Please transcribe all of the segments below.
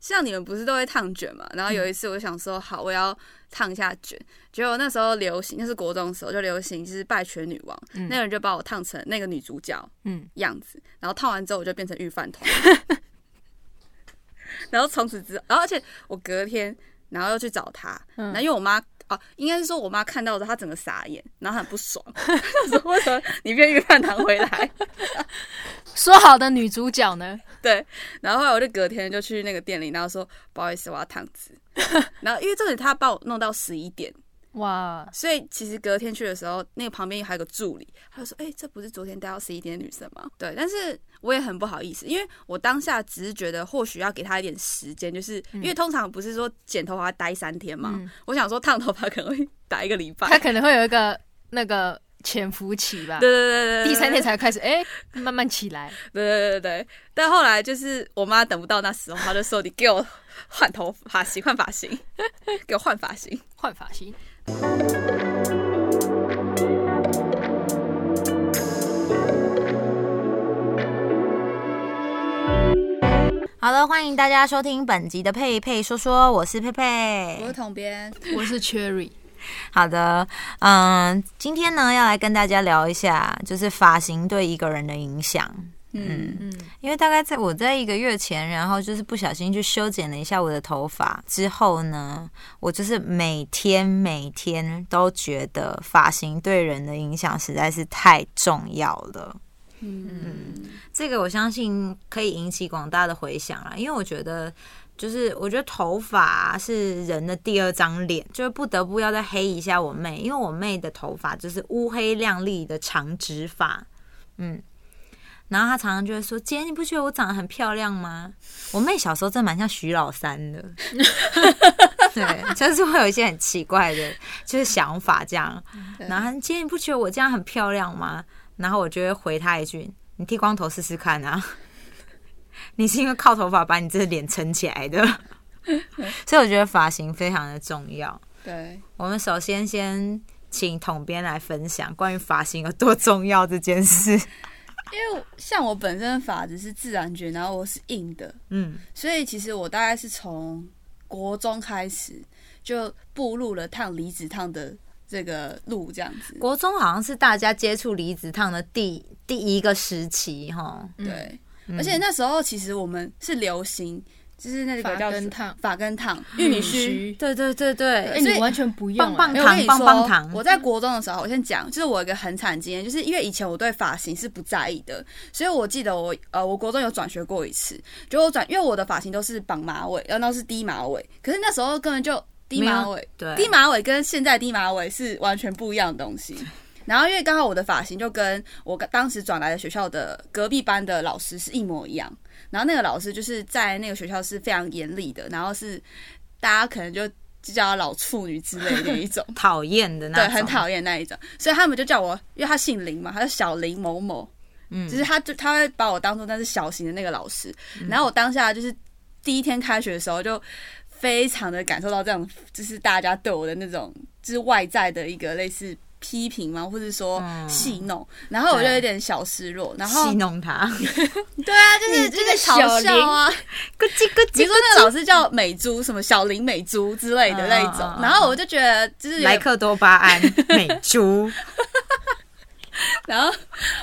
像你们不是都会烫卷嘛？然后有一次我就想说，嗯好，我要烫一下卷。结果那时候流行，那是国中的时候就流行，就是《拜权女王》嗯那个人就把我烫成那个女主角嗯，样子，然后烫完之后我就变成御饭桶， 然后从此之后，然后而且我隔天，然后又去找他，嗯然后因为我妈。哦，应该是说我妈看到的时候，她整个傻眼，然后她很不 爽，她就说：“为什么你变御饭堂回来说好的女主角呢？？”对，然后后来我就隔天就去那个店里，然后说：“不好意思，我要烫直。”然后因为这里她把我弄到十一点，哇，所以其实隔天去的时候，那个旁边还有个助理，他就说：“哎、这不是昨天待到十一点的女生吗？”对，但是我也很不好意思，因为我当下只是觉得或许要给她一点时间，就是、因为通常不是说剪头发待三天嘛，嗯我想说烫头发可能会待一个礼拜，她可能会有一个那个潜伏期吧对，对对对对，第三天才开始，哎、慢慢起来。对对对对对。但后来就是我妈等不到那时候，她就说：“你给我换头发型，换发型，给我换发型。”换发型。好了，欢迎大家收听本集的佩佩说说，我是佩我佩是。统编，我是 Cherry，好的，嗯，今天呢要来跟大家聊一下，就是发型对一个人的影响。嗯，嗯，因为大概在我在一个月前，然后就是不小心去修剪了一下我的头发之后呢，我就是每天每天都觉得发型对人的影响实在是太重要了。嗯这个我相信可以引起广大的回响啦，因为我觉得。就是我觉得头发是人的第二张脸，就是不得不要再黑一下我妹，因为我妹的头发就是乌黑亮丽的长直发，嗯，然后她常常就会说：“姐，你不觉得我长得很漂亮吗？”我妹小时候真的蛮像徐老三的，对，就是会有一些很奇怪的，就是想法这样。然后她说姐，你不觉得我这样很漂亮吗？然后我就会回她一句：“你剃光头试试看啊！ 你是因为靠头发把你这脸撑起来 的，所以我觉得发型非常的重要。对，我们首先先请统编来分享关于发型有多重要这件事。因为像我本身的发质是自然卷，然后我是硬的， 嗯所以其实我大概是从国中开始就步入了烫离子烫的这个路，这样子。国中好像是大家接触离子烫的第第一个时期，哈，对，而且那时候其实我们是流行，就是那个发叫根烫嗯发根烫、玉米须。，对对对哎、对所以你完全不用、棒棒没哎有我跟你糖棒棒说糖我在国中的时候，我先讲，就是我有一个很惨的经验，就是因为以前我对发型是不在意的，所以我记得我呃，我国中有转学过一次，就我转，因为我的发型都是绑马尾，然后是低马尾，可是那时候根本就低马尾，对，低马尾跟现在低马尾是完全不一样的东西。然后因为刚好我的发型就跟我当时转来的学校的隔壁班的老师是一模一样，然后那个老师就是在那个学校是非常严厉的，然后是大家可能就就叫他老处女之类的一种，讨厌的 那对，种，很讨厌那一种，所以他们就叫我，因为他姓林嘛，他叫小林某某，嗯就是他就他会把我当做那是小型的那个老师，然后我当下就是第一天开学的时候就非常的感受到这样，就是大家对我的那种就是外在的一个类似批评嘛，或者说嗯戏弄，然后我就对有点小失落，然后戏 弄他，对啊，就是你这就个是嘲小笑啊， 咯叽咯比如叽说那个老师叫美珠，什么小林美珠之类的那一种嗯嗯，嗯然后我就觉得就是有 莱点克多 巴胺美珠，然后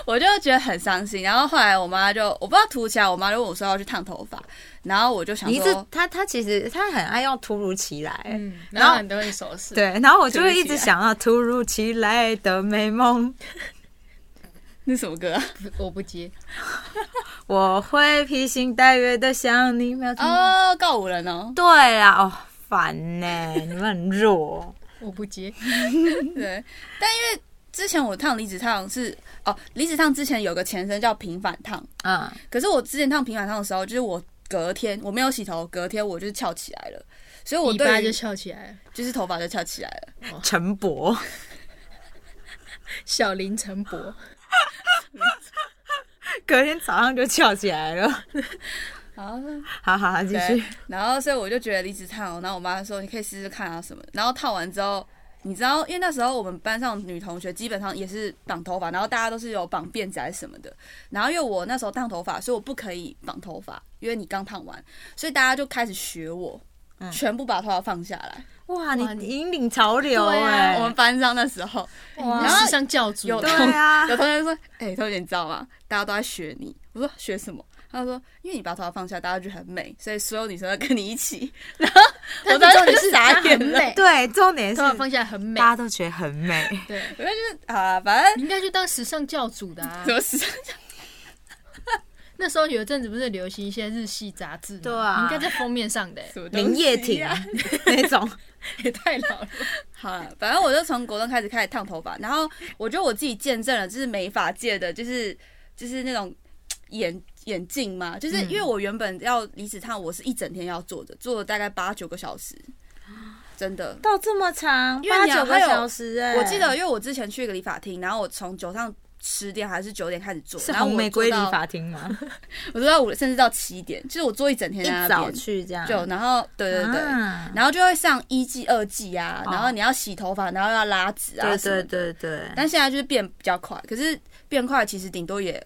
我就觉得很伤心。然后后来我妈就我不知道涂起来，我妈就问我说要去烫头发，然后我就想你一直说，他他其实他很爱用突如其来，嗯，然然后后很多人手势，，对，然后我就会一突如直其来想到突如其来的美梦，那什么歌啊？我不接，我会披星戴月的想你，没有听 过哦，告五人哦，对啦，哦，烦呢、你们很弱。我不接，对。但因为之前我烫离子烫是哦，离子烫之前有个前身叫平反烫，嗯，可是我之前烫平反烫的时候，就是我隔天我没有洗头，隔天我就是翘起来了，所以我尾巴对就于翘起来了。就是头发就翘起来了。陈博， 小林陈博，隔天早上就翘起来了。 好，好好好，继对续。哦然后所以我就觉得离子烫，然后我妈说你可以试试看啊什么的，然后烫完之后。你知道，因为那时候我们班上女同学基本上也是绑头发，然后大家都是有绑辫子还是什么的。然后因为我那时候烫头发，所以我不可以绑头发，因为你刚烫完，所以大家就开始学我，嗯全部把头发放下来。哇，哇你你引领潮流对啊哎、我们班上那时候哇，然后时尚教主有对的啊，有同学说：“哎、同学，你知道吗？大家都在学你。”我说：“学什么？”他说：“因为你把头发放下，大家就很美，所以所有女生都跟你一起。”然后我但当是重时点就是傻它很眼了，美，对，重点是头发放下来很美大。家都觉得很美， 对，我就是啊，反正你啊应该去当时尚教主的 啊怎。么是那时候有一阵子不是流行一些日系杂志吗？对啊你应该在封面上的欸、什么东西林叶婷啊那种， 也太老了。好了，反正我就从国中开始开始烫头发，然后我觉得我自己见证了，就是美发界的，就是就是那种眼眼镜嘛，就是嗯因为我原本要离子烫，我是一整天要坐着，坐了大概八九个小 时，真的。 到这么长，因为八你啊九个还有小时哎、我记得，因为我之前去一个理发厅，然后我从九上十点还是九点开始做，是然后红我玫瑰理做到，啊发 厅吗？我做到五甚至到七点，就是我做一整天在一那早边，去这样，就然后对对对，啊然后就会上一季、二季啊，哦然后你要洗头发，然后要拉直啊对什么对的对对，但现在就是变比较快，可是变快其实顶多也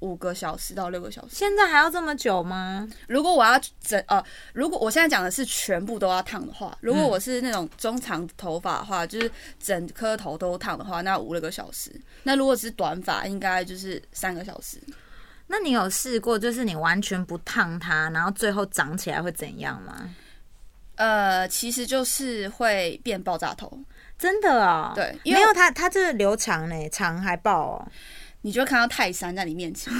五个小时到六个小时。现在还要这么久吗？如果我要整呃，如果我现在讲的是全部都要烫的话，如果我是那种中长头发的话，就是整颗头都烫的话，那五六个小时。那如果只是短发，应该就是三个小时。那你有试过，就是你完全不烫它，然后最后长起来会怎样吗？呃，其实就是会变爆炸头，真的哦，，对，因没为有它，它这个留长呢，长还爆哦。你就会看到泰山在你面前，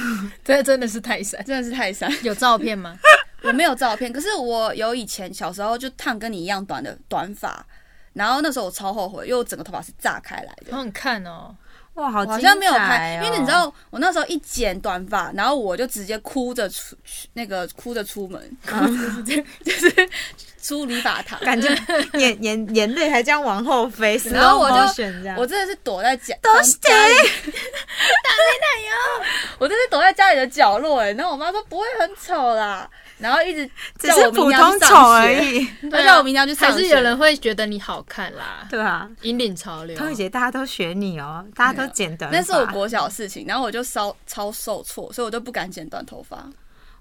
这真的是泰山。真的是泰山。 有照片吗？我没有照片，可是我有以前小时候就烫跟你一样短的短发，然后那时候我超后悔，因为我整个头发是炸开来的好。想看哦。哇，好、我好像哦没有拍，因为你哦知，道，我那时候一剪短发，然后我就直接哭着出那个哭着出 门，啊就是出理发堂，感觉眼眼眼泪还这样往后飞，然后我就选这样我，真的是躲在家，都是家里， 我真的是躲在家里的角落哎、然后我妈说不会很丑啦，然后一直只叫是我普明天要通去丑上而学，已，她叫我明天要去上还学，是有人会觉得你好看啦，对啊。引领潮流。汤雨姐，大家都学你哦，大家都剪短发。那是我国小的事情，然后我就稍超受挫，所以我就不敢剪短头发，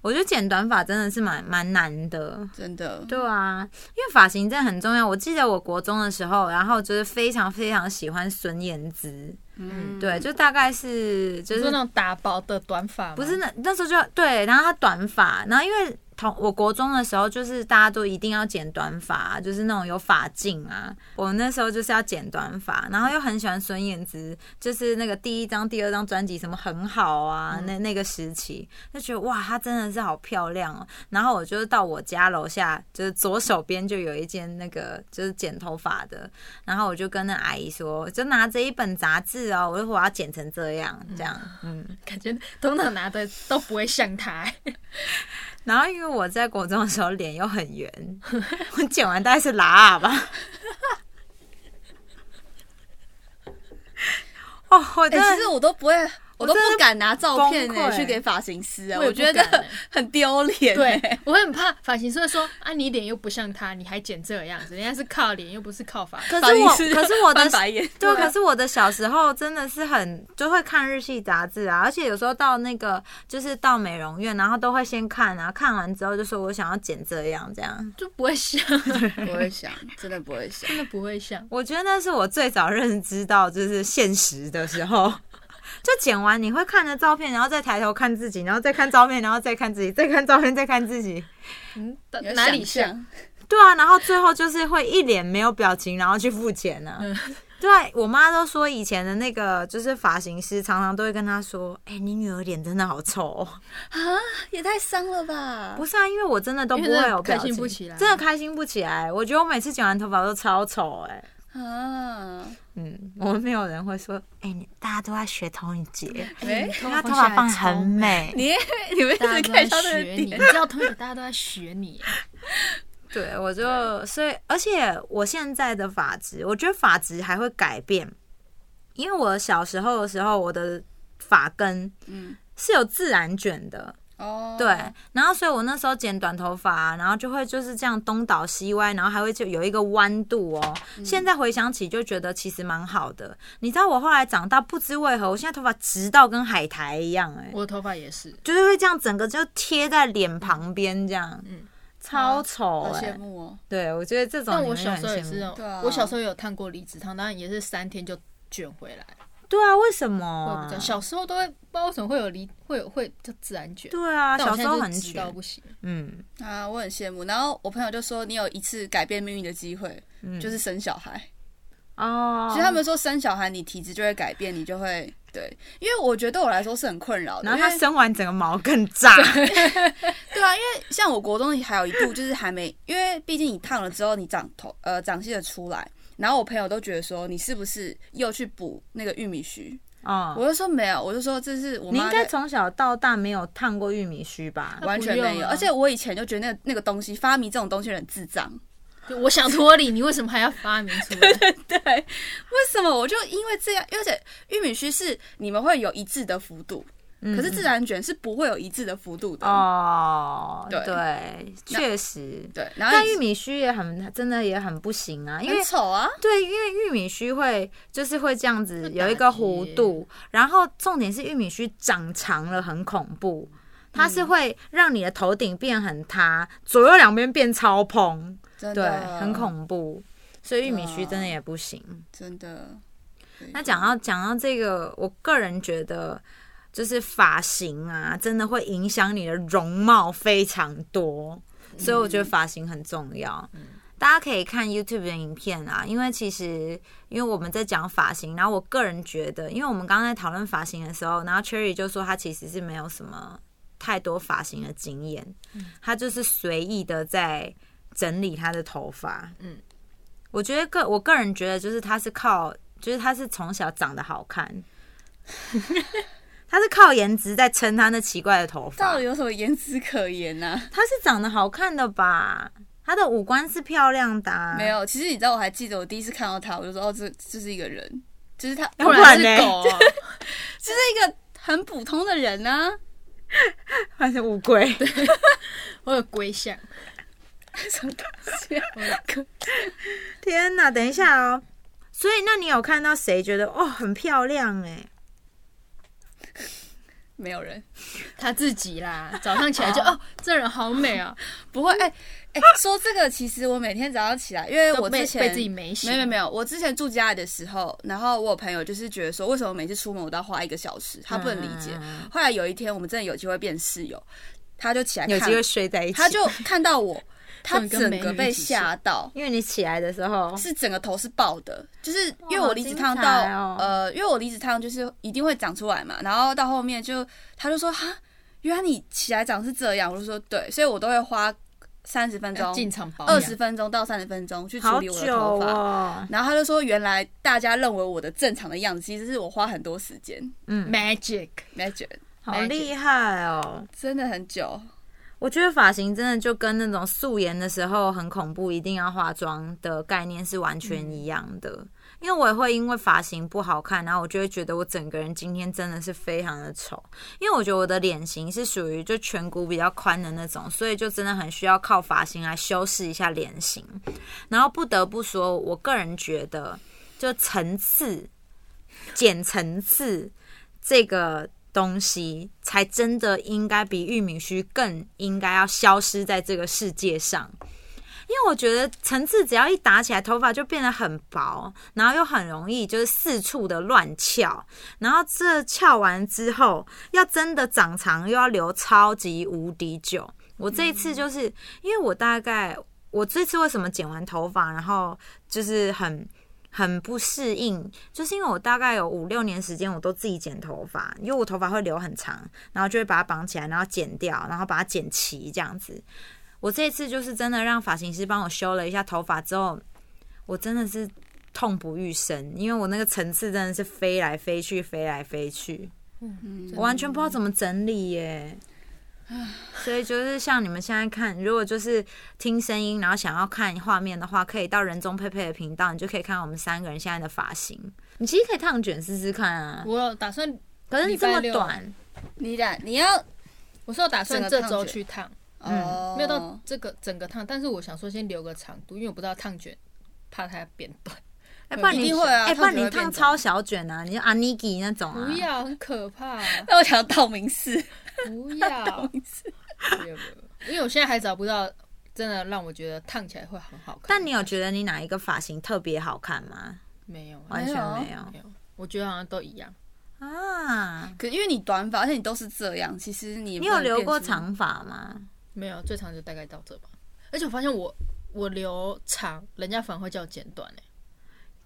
我觉得剪短发真的是蛮蛮难的。真的。对啊，因为发型真的很重要。我记得我国中的时候，然后就是非常非常喜欢孙燕姿，嗯，对，就大概是就就是是那种打薄的短发吗，不是那那时候就对，然后她短发，然后因为同我国中的时候，就是大家都一定要剪短发，啊就是那种有发镜啊。我那时候就是要剪短发，然后又很喜欢孙燕姿，就是那个第一张、第二张专辑什么很好啊，嗯那那个时期就觉得哇，她真的是好漂亮哦。然后我就是到我家楼下，就是左手边就有一间那个就是剪头发的，然后我就跟那阿姨说，就拿着一本杂志哦，我就说我要剪成这样这样，嗯。感觉通常拿的都不会像他、欸然后因为我在国中的时候脸又很圆， 我剪完大概是拉喇吧。哦，我真哎、其的实我都不会，我都真的不敢拿照片崩呢、溃去给发型师、啊，我也我不觉敢得欸很丢脸、 对，，我会很怕发型师会说啊，你脸又不像他，你还剪这样子，人家是靠脸又不是靠发。可发是型我师可是我的翻白眼，对，啊可是我的小时候真的是很就会看日系杂志啊，而且有时候到那个就是到美容院，然后都会先看啊，看完之后就说我想要剪这样这样。就不会像，不会想，真的不会想。真的不会像。我觉得那是我最早认知到就是现实的时候，就剪完你会看着照片，然后再抬头看自己，然后再看照片，然后再看自己，再看照片，再看自己。嗯，到你要哪里想像？象？对啊，然后最后就是会一脸没有表情，然后去付钱呢、嗯对啊、我妈都说以前的那个就是发型师常常都会跟她说：“哎、你女儿脸真的好丑、哦。”也太伤了吧不！是啊，因为我真的都不因为会真的有表情，开心不起来真的开心不起来。我觉得我每次剪完头发都超丑哎、啊，嗯，我们没有人会说，哎、你大家都在学童姐，哎、她头发放很，美，你哎你们一大直家看都到在那个学你，你点，知道同学大家都在学你，对，我就所以，而且我现在的发质，我觉得发质还会改变，因为我小时候的时候，我的发根嗯，是有自然卷的，哦，对，然后所以我那时候剪短头发啊、然后就会就是这样东倒西歪，然后还会就有一个弯度哦。嗯现在回想起就觉得其实蛮好的。你知道我后来长大，不知为何，我现在头发直到跟海苔一样、哎， 我的头发也是，就是会这样整个就贴在脸旁边这样，嗯超丑、好哎、羡慕哦。对，我觉得这种但你我们就小很时候也羡是慕哦对啊，我小时候有烫过离子烫，当然也是三天就卷回来，对啊，为什么会比啊、较小时候都会不知道为什么会有离会有会就自然卷，对啊，但我小现时在候就很是直到卷，不行，嗯，啊，我很羡慕。然后我朋友就说，你有一次改变命运的机会，嗯就是生小孩。哦，其实他们说生小孩，你体质就会改变，你就会对。因为我觉得对我来说是很困扰的，然后因为他生完整个毛更炸，对啊，因为像我国中还有一度就是还没，因为毕竟你烫了之后，你长头呃长细的出来。然后我朋友都觉得说你是不是又去补那个玉米须？哦，我就说没有，我就说这是我你妈应该在从小到大没有烫过玉米须吧？完全不没用有，啊而且我以前就觉得那个那个东西发明这种东西的人智障， 就我想脱离，你为什么还要发明出来？对，为什么我就因为这样？而且玉米须是你们会有一致的幅度，嗯可是自然卷是不会有一致的幅度的。哦，对对，那确实。对，然后但玉米须也很，真的也很不行啊，因为很丑啊，对，因为玉米须会就是会这样子会打有一个弧度，然后重点是玉米须长长了很恐怖，它是会让你的头顶变很塌，左右两边变超蓬，真对的，很，恐怖。所以玉米须真的也不行。真的。那讲到讲到这个，我个人觉得就是发型啊，真的会影响你的容貌非常多，所以我觉得发型很重要。大家可以看 YouTube 的影片啊，因为其实因为我们在讲发型，然后我个人觉得，因为我们刚刚在讨论发型的时候，然后 Cherry 就说他其实是没有什么太多发型的经验，嗯他就是随意的在整理他的头发。嗯嗯，我觉得个我个人觉得就是他是靠，就是他是从小长得好 看，他是靠颜值在撑他那奇怪的头发到。底有什么颜值可言啊呢、他是长得好看的吧？他的五官是漂亮的、啊，没有，其实你知道，我还记得我第一次看到他，我就说哦，这这是一个人，就是他，要不然然是呢狗、啊，就是一个很普通的人啊。他是乌龟。我有龟相，什么东西啊、 天哪，等一下哦。所以，那你有看到谁觉得哦很漂亮哎、没有人他自己啦，早上起来就哦，这人好美啊，不嗯会，哎、哎、说这个，其实我每天早上起来，因为都我被之被前自己美醒，没有没有没有，我之前住家里的时候，然后我有朋友就是觉得说，为什么每次出门我都要花一个小时，他不能理解。嗯后来有一天，我们真的有机会变室友，他就起来有看，机会睡在一起，他就看到 我，他跟整美个女被一起睡吓到，因为你起来的时候，是整个头是爆的，就是因为哇我离子烫好精到、彩哦呃，因为我离子烫就是一定会长出来嘛，然后到后面就他就说哈，原来你起来长是这样，我就说对，所以我都会花三十分要钟、呃哦进场保养二十分钟到三十分钟去处好理久我的头发。哦。然后他就说，原来大家认为我的正常的样子，其实是我花很多时间 magic， ，magic 嗯好厉害哦！真的很久。我觉得发型真的就跟那种素颜的时候很恐怖，一定要化妆的概念是完全一样的。因为我也会因为发型不好看，然后我就会觉得我整个人今天真的是非常的丑。因为我觉得我的脸型是属于就颧骨比较宽的那种，所以就真的很需要靠发型来修饰一下脸型。然后不得不说，我个人觉得就层次、剪层次这个东西，才真的应该比玉米须更应该要消失在这个世界上。因为我觉得层次只要一打起来，头发就变得很薄，然后又很容易就是四处的乱翘，然后这翘完之后，要真的长长又要留超级无敌久。我这一次就是、因为我大概我这次为什么剪完头发，然后就是很很不适应，就是因为我大概有五六年时间我都自己剪头发，因为我头发会留很长，然后就会把它绑起来，然后剪掉，然后把它剪齐这样子。我这一次就是真的让发型师帮我修了一下头发之后，我真的是痛不欲生，因为我那个层次真的是飞来飞去，飞来飞去，嗯，我完全不知道怎么整理耶。所以就是像你们现在看，如果就是听声音，然后想要看画面的话，可以到人中佩佩的频道，你就可以看到我们三个人现在的发型。你其实可以烫卷试试看啊，我有打算可是你这么礼拜六短，你俩你要我是有打算这周去烫，哦，嗯没有到这个整个烫，但是我想说先留个长度，因为我不知道烫卷怕它变短。哎，不然一你定会啊哎，不烫然卷你会变短烫超小卷啊，你就阿尼基那种啊不，要，很可怕，那我想道明寺，不要 道，明寺不要不要因为我现在还找不到真的让我觉得烫起来会很好看。但你有觉得你哪一个发型特别好看吗？没有？完全没没有没有，我觉得好像都一样。啊。可因为你短发，而且你都是这样，其实你也不你有能留变过出长发吗？没有，最长就大概到这吧。而且我发现我我留长，人家反而会叫我剪短哎、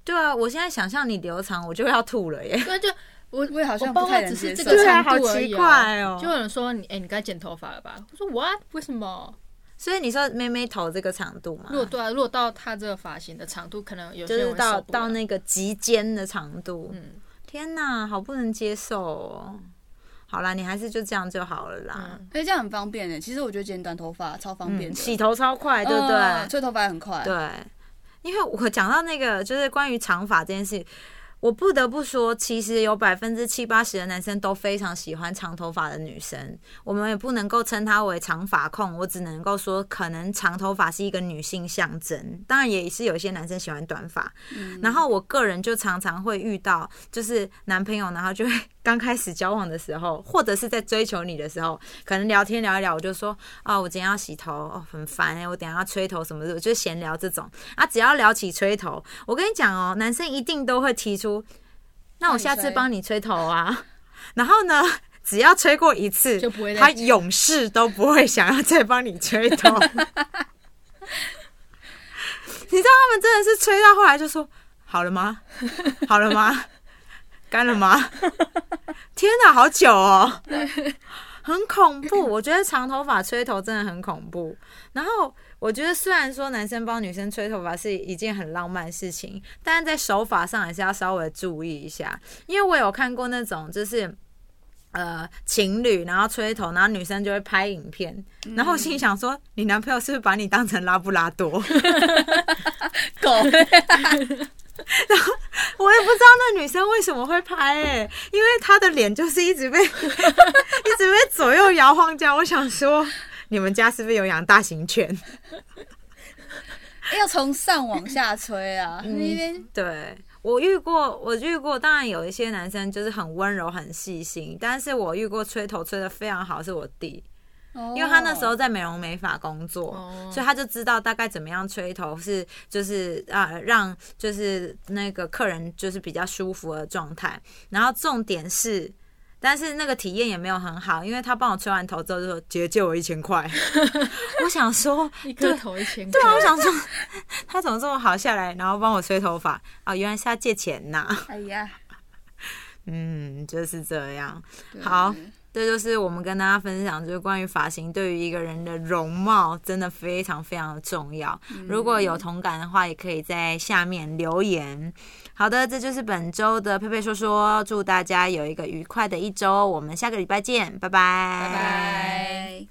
对啊，我现在想象你留长，我就要吐了 耶。对，就我我也好像我包不太括能只是这接个受长度对啊好而已、奇哦怪哦就有人说你哎、你该剪头发了吧？我说 what？为什么？所以你说妹妹头这个长度吗如？果对啊，如果到他这个发型的长度，可能有就些人是会到受不了到那个及肩的长度。嗯天哪，好不能接受哦。好啦，你还是就这样就好了啦。嗯，哎、这样很方便诶。其实我觉得剪短头发超方便嗯，的，洗头超快，嗯对不对？吹头发也很快，对，因为我讲到那个就是关于长发这件事，我不得不说，其实有百分之七八十的男生都非常喜欢长头发的女生，我们也不能够称她为长发控，我只能够说，可能长头发是一个女性象征，当然也是有一些男生喜欢短发。嗯然后我个人就常常会遇到，就是男朋友，然后就会 刚开始交往的时候，或者是在追求你的时候，可能聊天聊一聊，我就说啊、我今天要洗头，哦，很烦哎、我等一下要吹头什么的，我就闲聊这种。啊，只要聊起吹头，我跟你讲哦，男生一定都会提出，那我下次帮帮你吹头啊。 然后呢，只要吹过一次，就不会再他永世都不会想要再帮你吹 头。你知道他们真的是吹到后来就说：“好了吗？好了吗？干了吗？”天哪，好久哦，很恐 怖。我觉得长头发吹头真的很恐怖。然后我觉得，虽然说男生帮女生吹头发是一件很浪漫的事情，但是在手法上也是要稍微注意一下，因为我有看过那种就是。呃，情侣然后吹头，然后女生就会拍影片，然后我心里想说，你男朋友是不是把你当成拉布拉 多？狗我也不知道那女生为什么会拍诶、因为她的脸就是一直被 一直被左右摇晃这样。我想说，你们家是不是有养大型犬？ 要从上往下吹啊，嗯那边对我遇过，我遇过，当然有一些男生就是很温柔、很细心，但是我遇过吹头吹的非常好是我弟，哦因为他那时候在美容美发工作，哦所以他就知道大概怎么样吹头是就是啊让就是那个客人就是比较舒服的状态。然后重点是，但是那个体验也没有很好，因为他帮我吹完头之后就说姐借我一千块，我想说一颗头一千对啊，块我，想说他怎么这么好下来，然后帮我吹头发啊、原来是他借钱呐、哎呀，嗯，就是这样。对好这就是我们跟大家分享，就是关于发型对于一个人的容貌真的非常非常的重要。如果有同感的话，也可以在下面留言。好的，这就是本周的佩佩说说，祝大家有一个愉快的一周，我们下个礼拜见，拜拜，拜拜拜。